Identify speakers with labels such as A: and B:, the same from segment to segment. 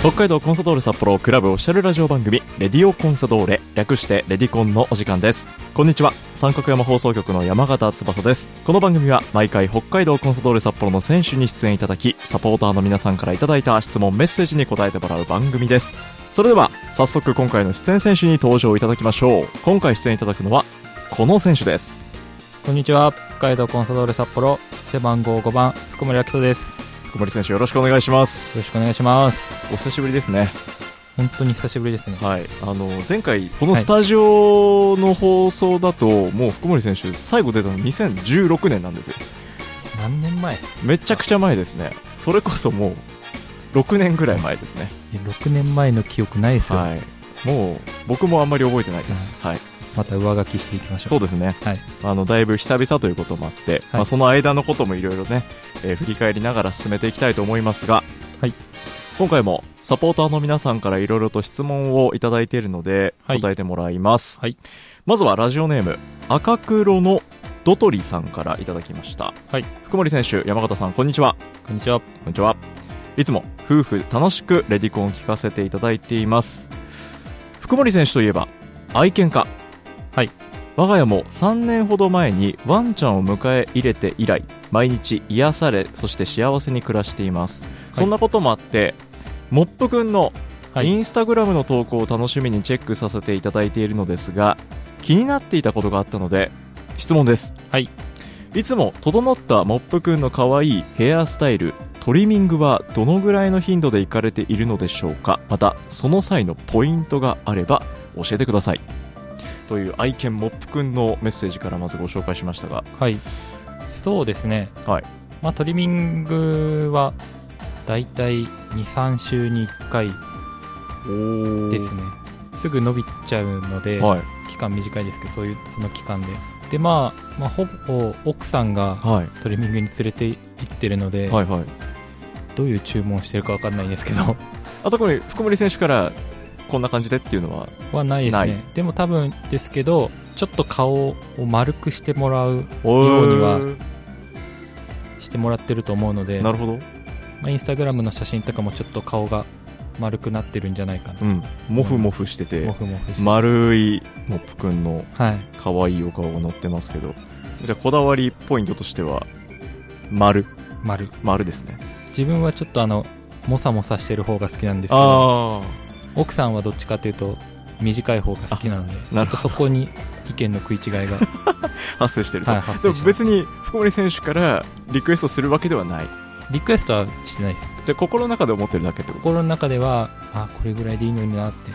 A: 北海道コンサドーレ札幌クラブオフィシャルラジオ番組レディオコンサドーレ略してレディコンのお時間ですこんにちは三角山放送局の山形翼ですこの番組は毎回北海道コンサドーレ札幌の選手に出演いただきサポーターの皆さんからいただいた質問メッセージに答えてもらう番組ですそれでは早速今回の出演選手に登場いただきましょう今回出演いただくのはこの選手です
B: こんにちは北海道コンサドーレ札幌背番号5番福森明人ですよ
A: 福森選手よろしくお願いします
B: ろしくお願いします
A: お久しぶりですね
B: 本当に久しぶりですね
A: はい、あの前回、このスタジオの放送だと、もう福森選手、最後出たの2016年なんですよ、
B: 何年前
A: めちゃくちゃ前ですね、それこそもう6年ぐらい前ですね、
B: 6年前の記憶ないですよ、
A: はい、もう僕もあんまり覚えてないです、はい、
B: また上書きしていきましょ
A: そううですね、
B: はい
A: あのだいぶ久々ということもあって、まあ、その間のこともいろいろね、えー振り返りながら進めていきたいと思いますが、
B: はい
A: 今回もサポーターの皆さんからいろいろと質問をいただいているので
B: はい
A: 答えてもらいます、
B: はい
A: まずはラジオネーム赤黒のドトリさんからいただきました、
B: はい
A: 福森選手山形さんこんにちは
B: こんにちは
A: こんにちは。いつも夫婦楽しくレディコンを聞かせていただいています。福森選手といえば、愛犬家。
B: はい。
A: 我が家も3年ほど前にワンちゃんを迎え入れて以来、毎日癒され、そして幸せに暮らしています。そんなこともあって、モップくんの
B: はい
A: インスタグラムの投稿を楽しみにチェックさせていただいているのですが、気になっていたことがあったので、質問です。
B: はい。
A: いつも整ったモップくんの可愛いヘアスタイル、トリミングはどのぐらいの頻度で行かれているのでしょうかまた、その際のポイントがあれば教えてください。という愛犬モップくんのメッセージからまずご紹介しましたが、
B: はいそうですね
A: はい
B: まあトリミングはだいたい23週に1回ですねすぐ伸びちゃうので、
A: はい。
B: 期間短いですけどそういうその期間ででまあ、まあ、ほぼ奥さんが
A: はい。
B: トリミングに連れて行ってるので、
A: はいはい。
B: どういう注文してるかわかんないですけど
A: あとこれ、福森選手からこんな感じでっていうのは、
B: はないです
A: ない
B: ねでも多分ですけどちょっと顔を丸くしてもらう
A: お
B: ようにはしてもらってると思うので
A: なるほど。
B: まあ、インスタグラムの写真とかもちょっと顔が丸くなってるんじゃないかな
A: うん。モフモフしてて
B: モ、フモフして、
A: 丸いモップくんの
B: はい
A: 可愛いお顔が載ってますけどじゃあこだわりポイントとしては丸
B: 丸
A: 丸ですね
B: 自分はちょっとあのモサモサしてる方が好きなんですけど
A: あ
B: 奥さんはどっちかというと短い方が好きなので
A: あなるほど
B: ちょっとそこに意見の食い違い が
A: あ発生してると、
B: はい発
A: で
B: 生
A: も
B: しま
A: 別
B: す
A: に福森選手からリクエストするわけではない
B: リクエストはしてないです
A: じゃあ心の中で思ってるだけってことで
B: 心の中ではあこれぐらいでいいのになって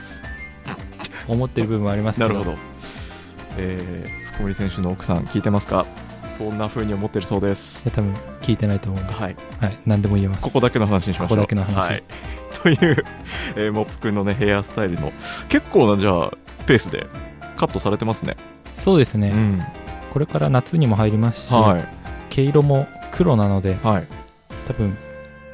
B: 思ってる部分はあります
A: す
B: け
A: な
B: ど
A: るほど、えー、福森選手の奥さん聞いてますかそんな風に思ってるそうです
B: いや多分聞いてないと思うんで、
A: はい
B: はい、何でも言えます
A: ここだけの話にしましょう
B: ここだけの話
A: はい、 という、えーモップ君のねヘアスタイルの結構なじゃあペースでカットされてますね
B: そうですね、
A: うん
B: これから夏にも入りますし、
A: はい
B: 毛色も黒なので
A: はい
B: 多分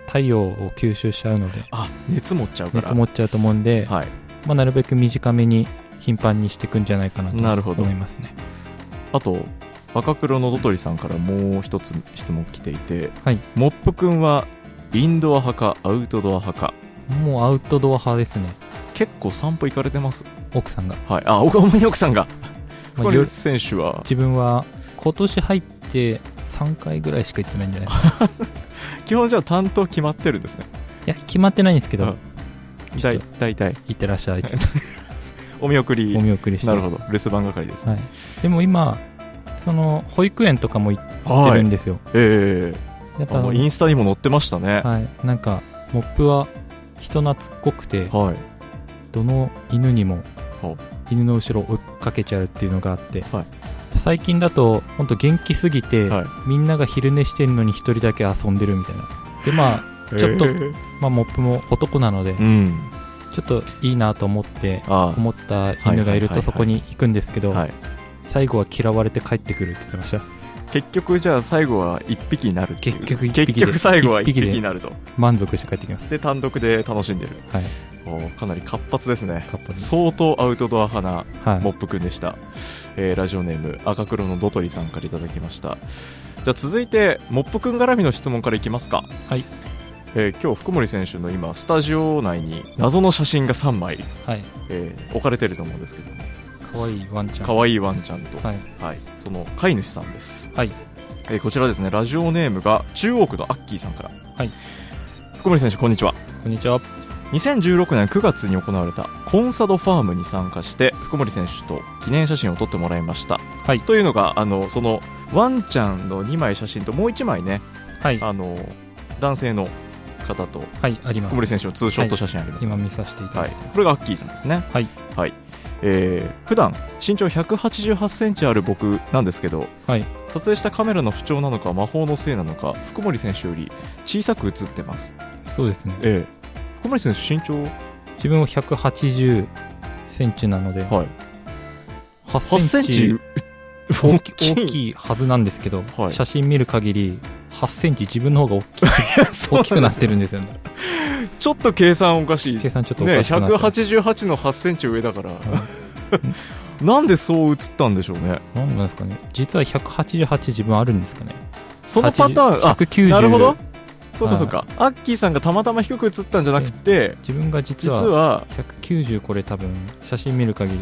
B: 太陽を吸収しちゃうので
A: あ熱持っちゃうから
B: 熱持っちゃうと思うんで、
A: はい、
B: まあ、なるべく短めに頻繁にしていくんじゃないかなと
A: なるほど
B: 思いますね
A: あと赤黒のドトリさんからもう一つ質問来ていて、
B: はい
A: モップくんはインドア派かアウトドア派か
B: もうアウトドア派ですね
A: 結構散歩行かれてます
B: 奥さんが、
A: はいあお主に奥さんが
B: まあ
A: こ
B: よ
A: れ選手は
B: 自分は今年入って3回ぐらいしか行ってないんじゃないですか
A: 基本じゃあ担当決まってるんですね
B: いや決まってないんですけど
A: うんだい
B: ちょっ
A: 大体
B: 行ってらっしゃいって
A: お見送り
B: お見送りして
A: なるほど留守番係ですね
B: はい、でも今その保育園とかも行ってるんですよ、
A: え
B: や
A: えあ
B: っぱ
A: もうインスタにも載ってましたね
B: はい、なんかモップは人懐っこくて
A: はい
B: どの犬にも
A: ほう
B: 犬の後ろを追っかけちゃうっていうのがあって、
A: は
B: 最近だと本当元気すぎて、
A: はい
B: みんなが昼寝してるのに一人だけ遊んでるみたいなで、まあ、ちょっと
A: ええ
B: まあモップも男なので、
A: うん
B: ちょっといいなと思って
A: あ
B: 思った
A: はいはい
B: 犬がいる
A: はいは
B: と
A: い
B: そこに行くんですけ
A: あ
B: ど、
A: はい
B: 最後は嫌われて帰ってくるって言ってました
A: 結局じゃあ最後は一匹になるっていう
B: 結局一匹で
A: 結局最後は
B: 一
A: 一
B: 匹
A: 匹
B: で
A: になると
B: 満足して帰ってきます
A: で単独で楽しんでる
B: はい
A: おーかなり活発ですね
B: カッパです
A: 相当アウトドア派
B: はい
A: なモップくんでした、えーラジオネーム赤黒のドトリさんからいただきましたじゃあ続いてモップくん絡みの質問からいきますか
B: はい
A: えー今日福森選手の今スタジオ内に謎の写真が3枚、
B: はい
A: えー置かれてると思うんですけど
B: 可愛いワンちゃん
A: 可愛いワンちゃんと、
B: はい
A: はい、その飼い主さんです、
B: はい
A: えーこちらですねラジオネームが中央区のアッキーさんから、
B: はい
A: 福森選手こんにちは
B: こんにちは
A: 2016年9月に行われたコンサドファームに参加して福森選手と記念写真を撮ってもらいました、
B: はい
A: というのがあのそのワンちゃんの2枚写真ともう1枚ね
B: はい
A: あの男性の方と
B: はいありま
A: 福
B: す
A: 森選手のツーショット写真ありますね、
B: 今見させていた
A: は
B: だ
A: い
B: いて、、
A: これがアッキーさんですね。
B: はい、
A: はいえー普段身長188センチある僕なんですけど、
B: はい
A: 撮影したカメラの不調なのか魔法のせいなのか福森選手より小さく映ってます、
B: そうですね
A: ええ福森選手身長、
B: 自分は180センチなので
A: はい、
B: 8
A: 8セ
B: セ
A: ン
B: ン
A: チ
B: チ
A: 大
B: 大き大
A: い
B: きいはずなんですけど、
A: はい
B: 写真見る限り8センチ自分の方が大きい 大きくなってるんですよね
A: ちょっと計算おかしい
B: 計算ちょっとお
A: ね
B: かしくなってる、
A: 188の8センチ上だ から、なんでそう映ったんでしょうね
B: うんなんなんですかね実は188自分あるんですかね
A: そのパターンあ
B: 190
A: なるほどそうかそうか、アッキーさんがたまたま低く映ったんじゃなくて
B: 自分が実
A: 実
B: は
A: は
B: 190これ多分写真見る限り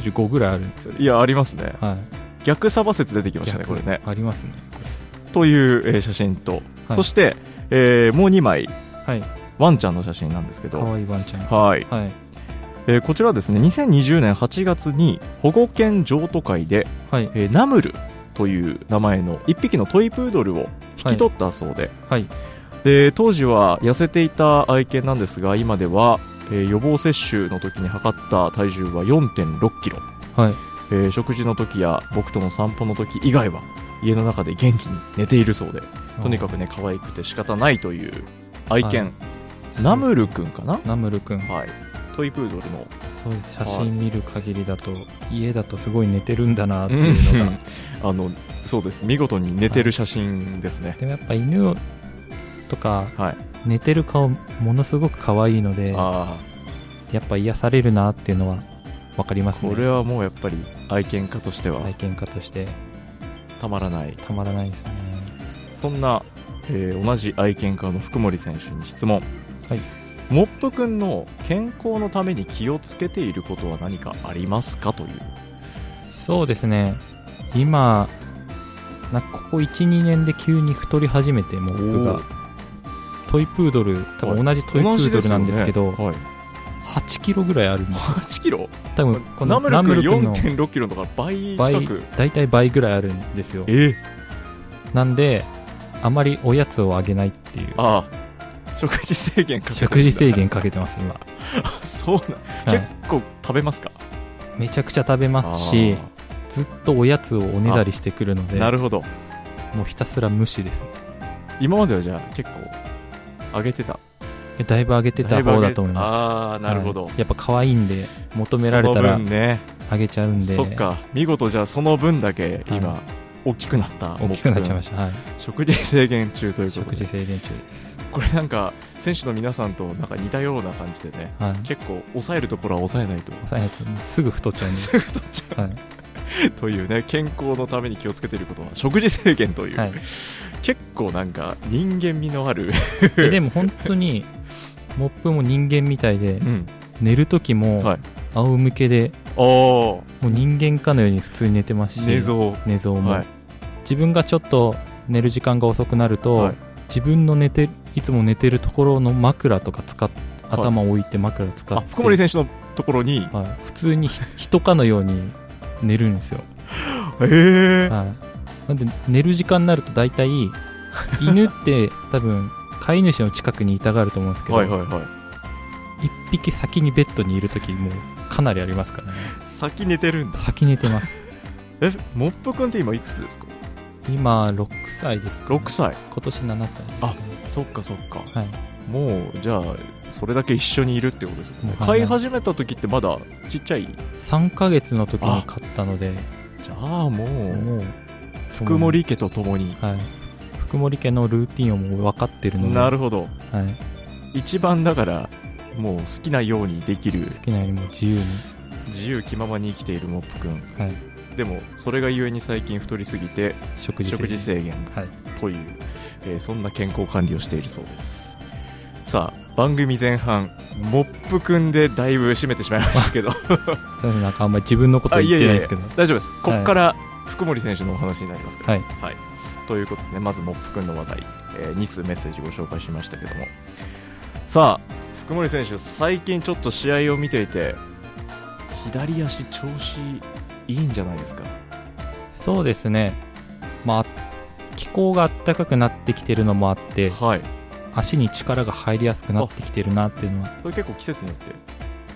B: 95ぐらいあるんですよね
A: いやありますね
B: は
A: 逆サバ説出てき
B: い
A: ましたねこれね
B: ありますね
A: という、えー写真と、
B: はい
A: そして、えーもう2枚
B: はい
A: ワンちゃんの写真なんですけ
B: 可
A: ど
B: 愛いワンちゃんは
A: はい、
B: い
A: えーこちらはですね2020年8月に保護犬譲渡会で、
B: はい
A: えーナムルという名前の1匹のトイプードルを
B: は
A: 引き
B: い
A: 取ったそうで,、
B: はい
A: で当時は痩せていた愛犬なんですが今では、えー予防接種の時に測った体重は4 6キロ
B: はい
A: えー食事の時や僕との散歩の時以外は家の中で元気に寝ているそうでとにかくね可愛くて仕方ないという愛犬、
B: は
A: ナムルくんかな、
B: ナムルくん
A: はい、トイプードルの
B: そうです写真見る限りだと家だとすごい寝てるんだなっていうのが
A: あのそうです見事に寝てる写真ですね、
B: でもやっぱ犬とか
A: はい
B: 寝てる顔ものすごく可愛いので
A: ああ
B: やっぱ癒されるなっていうのは分かりますね
A: これはもうやっぱり愛犬家としては
B: 体験家として
A: たまらない
B: たまらないですね
A: そんな、えー同じ愛犬家の福森選手に質問、
B: はい
A: モップ君の健康のために気をつけていることは何かありますかという
B: そうですね今なんかここ12年で急に太り始めてモップ
A: お
B: が
A: ー
B: トイプードル多分同じトイプ
A: 同じ
B: ードル
A: よ
B: な
A: ね
B: んですけど
A: はい、
B: 8キロぐらいあるんですよ
A: 8キロ
B: 多分この
A: ナムル君
B: ナムル君
A: 4 6キロとか倍
B: 倍
A: 近く
B: 大体倍ぐらいあるんですよ
A: え
B: なんであまりおやつをあげないっていう
A: ああ食事制限かけてる
B: 食事制限かけてます今、
A: あ そうな
B: は
A: ん、
B: い、
A: 結構食べますか
B: めちゃくちゃ食べますしずっとおやつをおねだりしてくるの
A: あ
B: で
A: ーなるほど
B: もうひたすら無視です
A: 今まではじゃあ結構上げてた
B: えだいぶ上げてた方だと思います
A: ああーなるほど、
B: はいやっぱ可愛いんで求められた
A: その
B: ら
A: 分ね
B: あげちゃうんで
A: そっか見事じゃあその分だけ今、
B: は
A: 大きくなった
B: 大きくなっちゃいま
A: し
B: した、はい、
A: た食事制限中ということ
B: 食
A: で
B: 事制限中です、
A: これなんか選手の皆さんとなんか似たような感じでね
B: はい、
A: 結構抑えるところは抑えないと
B: 抑えないともうすぐ太っちゃうんで、
A: すぐ太っちゃ
B: はい、
A: うというね健康のために気をつけていることは食事制限という、
B: はい
A: 結構なんか人間味のある、
B: えでも本当にモップも人間みたいで
A: うん、
B: 寝る時も
A: はい
B: 仰向けで
A: おお
B: もう人間かのように普通に寝てますし
A: 寝相
B: 寝相も、
A: はい
B: 自分がちょっと寝る時間が遅くなると、
A: はい
B: 自分の寝ていつも寝てるところの枕とか使っ頭を置いて枕使って、
A: あ福森選手のところに
B: はい、普通にひ 人かのように寝るんですよ、
A: えー、
B: はい、なんで寝る時間になる と大体犬って多分飼い主の近くにいたがると思うんですけど、
A: はいはいはい
B: 一匹先にベッドにいる時もうかなりありますから ね
A: 先寝てるんだ
B: 先寝てます
A: えモップ君って今いくつですか
B: 今6歳ですかね、
A: 6歳
B: 今年7歳です、ね、
A: あそっかそっか
B: はい
A: もうじゃあそれだけ一緒にいるってことですよね
B: もう
A: 飼い始めた時ってまだちっちゃい
B: 3ヶ月の時に買ったので
A: じゃあもう
B: もう
A: 福森家と共に
B: はい福森家のルーティンをもう分かってるので
A: なるほど
B: はい、
A: 一番だからもう好きなようにできる
B: 好きなようにもう自由に、
A: 自由気ままに生きているモップ君
B: はい、
A: でもそれがゆえに最近太りすぎて
B: 食事制
A: 食
B: 限
A: 事制限
B: はい
A: という、えーそんな健康管理をしているそうですさあ番組前半モップくんでだいぶ締めてしまいましたけ ど
B: すいませんなんかあんまり自分のこと
A: あ
B: 言っ
A: いやい
B: てない
A: やい
B: で
A: や
B: すけど
A: 大丈夫ですここから福森選手のお話になりますから
B: はい
A: はい、ということで、ね、まずモップ君の話題、え2通メッセージご紹介しましたけどもさあ福森選手最近ちょっと試合を見ていて左足調子いいんじゃないですか
B: そうですねまあ気候が暖かくなってきてるのもあって
A: はい
B: 足に力が入りやすくなってきてるなっていうのは
A: それ結構季節によって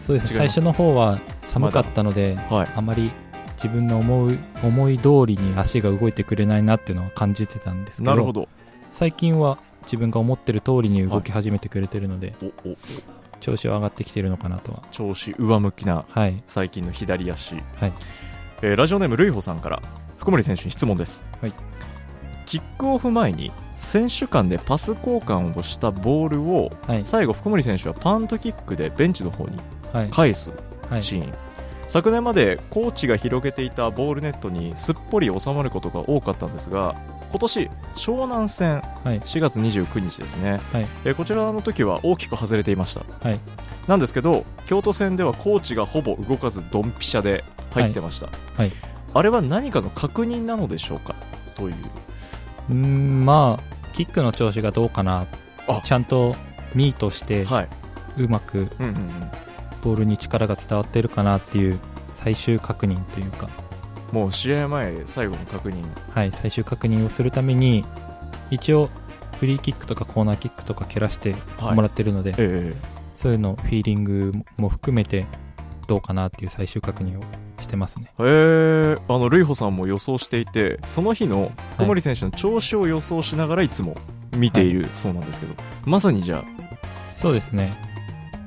B: そうです
A: 違
B: ね
A: いま
B: 最
A: す
B: 初の方は寒かったので
A: はい
B: あまり自分の思う思い通りに足が動いてくれないなっていうのは感じてたんですけど
A: なるほど
B: 最近は自分が思ってる通りに動き始めてくれてるので、
A: おおお
B: 調子は上がってきてるのかなとは
A: 調子上向きな
B: はい
A: 最近の左足、
B: はい
A: えーラジオネームルイホさんから福森選手に質問です、
B: はい
A: キックオフ前に選手間でパス交換をしたボールを
B: はい
A: 最後福森選手はパントキックでベンチの方に
B: はい
A: 返す
B: はい
A: シーン、昨年までコーチが広げていたボールネットにすっぽり収まることが多かったんですが今年湘南戦
B: はい
A: 4月29日ですね、
B: はい
A: えーこちらの時は大きく外れていました、
B: はい
A: なんですけど京都戦ではコーチがほぼ動かずドンピシャで入ってました、
B: はい
A: あれは何かの確認なのでしょうかという
B: うーんまあキックの調子がどうかな
A: あ
B: ちゃんとミートして
A: はいう
B: まく
A: うんうんうん
B: ボールに力が伝わってるかなっていう最終確認というか
A: もう試合前最後の確認
B: はい最終確認をするために一応フリーキックとかコーナーキックとか蹴らして
A: はい
B: もらってるので、
A: え
B: そういうのフィーリングも含めてどうかなっていう最終確認をしてますね
A: えへえあのルイホさんも予想していてその日の小森選手の調子を予想しながらいつも見ているそうなんですけど、まさにじゃ
B: そうですね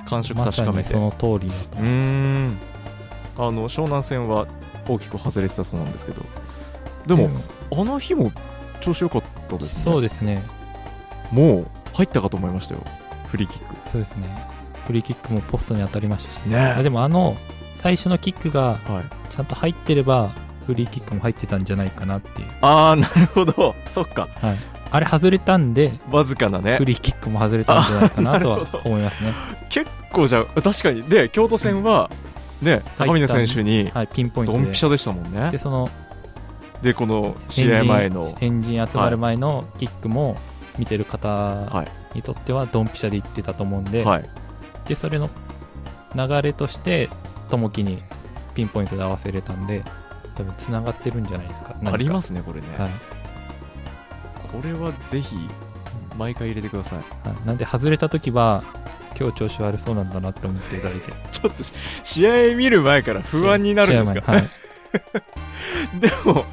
A: あ感触
B: ま
A: 確
B: さ
A: か
B: に
A: めて、
B: その通りだ
A: うーんあの湘南戦は大きく外れてたそうなんですけどで
B: と
A: も
B: うん、
A: あの日も調子良かったですね
B: そうですね
A: もう入ったかと思いましたよフリーキッ
B: そうですねフリーキックもポストに当たりましたし
A: ク
B: あ
A: ね
B: でもあの最初のキックが
A: はい、
B: ちゃんと入ってればフリーキックも入ってたんじゃないかなっていう、
A: ああなるほど そっか
B: はい、あれ外れたんで
A: わずかなね
B: フリーキックも外れたんじゃないかなと
A: あなる
B: は
A: ほど
B: 思いますね、
A: 結構じゃあ確かにで京都戦はね高峰選手に
B: はい、ピンポイント
A: ド
B: で
A: ンピシャでしたもんね
B: でその
A: でこの
B: エン
A: 試合
B: ジン
A: 前の
B: エンジン集まる前のキックも見てる方
A: い
B: にとってはドンピシャでいってたと思うんで,、
A: はい
B: でそれの流れとして友樹にピンポイントで合わせれたんで多分つながってるんじゃないですか、
A: ありますすねこれね、
B: はい
A: これはぜひ毎回入れてください
B: はいなんで外れた時は今日調子悪そうなんだなって思っていただいて
A: ちょっとし試合見る前から不安になるんですか、
B: 試合
A: でも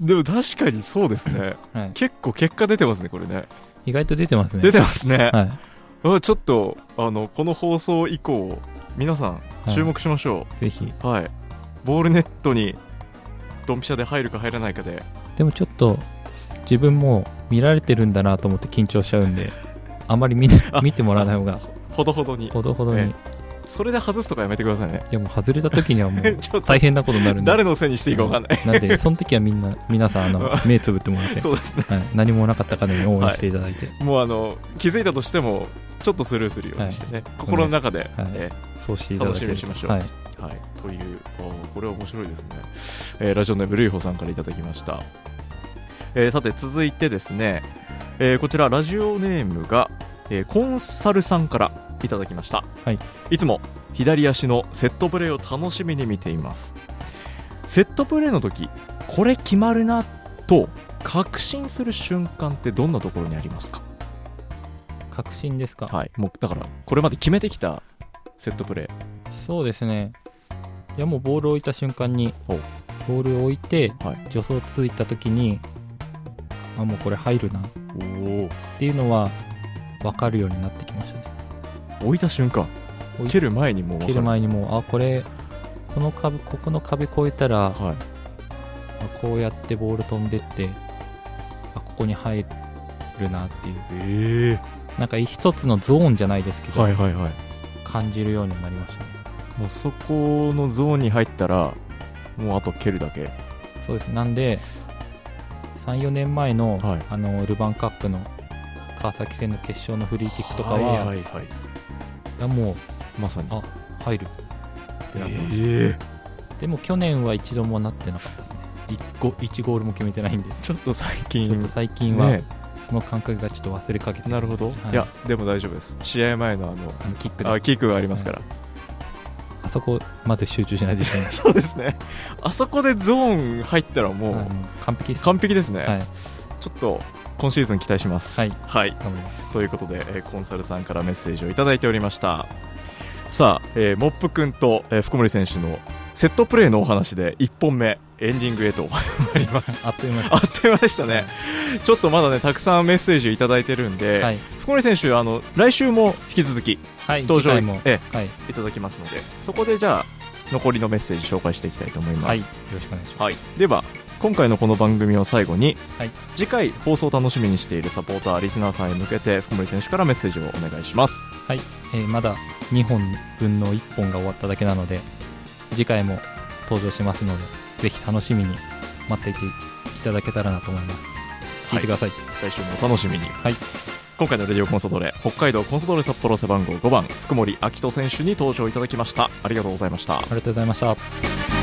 A: でも確かにそうです ね
B: 前はいはい
A: 結構結果出てますねこれね
B: 意外と出てますね
A: 出てますね、
B: はい、
A: うんちょっとあのこの放送以降皆さん
B: い
A: 注目しましょ
B: ぜひ
A: うはい、ボールネットにドンピシャで入るか入らないかで
B: でもちょっと自分も見られてるんだなと思って緊張しちゃうんであまり見な
A: あ
B: 見てもらわない方が
A: ほどほどに
B: ほどほどに、
A: えそれで外すとかやめてくださいね
B: いやもう外れた時にはも う
A: ちょっと
B: 大変なことになるんで
A: 誰のせいにしていいか分かんない、
B: なんでその時はみんな皆さんあ の目つぶってもらって、
A: そうですね
B: はい、何もなかったかのように応援していただいて、
A: もうあの気づいたとしてもちょっとスルーするようにしてね、心の中で、え
B: そうしていただける
A: 楽しみにしましょう
B: はい、
A: ーはい、というおーこれは面白いですね、えーラジオネームルイホさんからいただきました、えーさて続いてですね、えーこちらラジオネームが、えーコンサルさんからいただきました、
B: はい、
A: いつも左足のセットプレーを楽しみに見ていますセットプレーの時これ決まるなと確信する瞬間ってどんなところにありますか
B: 確信ですか、
A: はい、もうだからこれまで決めてきたセットプレー
B: そうですねいやもうボールを置いた瞬間に
A: お
B: ボールを置いて
A: はい
B: 助走ついた時にあもうこれ入るなっ
A: お
B: ていうのは分かるようになってきましたね
A: 置いた瞬間
B: 置い
A: 蹴る前にもう分か
B: 蹴る前
A: に
B: にもうあこれこの壁ここの壁越えたらあ
A: はい
B: こうやってボール飛んでってあここに入るなってい
A: え
B: うなんか一つのゾーンじゃないですけど、
A: はいはいはい
B: 感じるようにはなりましたね
A: もうそこのゾーンに入ったらもうあと蹴るだけ
B: そうですなんで34年前の,、
A: はい
B: あのルヴァンカップの川崎戦の決勝のフリーキックとかは、
A: はい
B: い
A: はいはい
B: やもう
A: まさに
B: あ入るってなってました
A: え
B: でも去年は一度もなってなかったですね 1, ゴ1ゴールも決めてないんで、
A: ちょっと最
B: ちょっ
A: 近
B: と最近は
A: ね
B: その感覚がちょっと忘れかけて
A: なるほど、、
B: はいい
A: やでも大丈夫です試合前のあの
B: あのキックで
A: あ
B: あ
A: キックがありますから、
B: そこまず集中しないといけな い
A: そうですねあそこでゾーン入ったらも
B: あの
A: う
B: 完璧です
A: 完璧ですね、
B: はい
A: ちょっと今シーズン期待します
B: はい
A: はい、
B: 頑張ります
A: ということで、えーコンサルさんからメッセージをいただいておりましたさあ、えーモップ君と、えー福森選手のセットプレーのお話で1本目エンディングへと 参ります
B: あっという間です
A: あっという間でしたねちょっとまだねたくさんメッセージをいただいてるんで、
B: はい、
A: 福森選手あの来週も引き続き
B: はい、
A: 登場
B: 次回も、
A: え
B: はい、はい、よ
A: えいただきますのでそこでじゃあ残りのメッセージ紹介していきたいと思います、
B: ろしくお願いします
A: はい、では今回のこの番組を最後に、
B: はい
A: 次回放送を楽しみにしているサポーターリスナーさんへ向けて福森選手からメッセージをお願いします
B: はい、えーまだ2本分の1本が終わっただけなので次回も登場しますのでぜひ楽しみに待っていていただけたらなと思います聞いてください、
A: 来週もお楽しみに、
B: はい
A: 今回のレディオコンサドーレ北海道コンサドーレ札幌背番号5番福森明人選手に登場いただきましたありがとうございました
B: ありがとうございました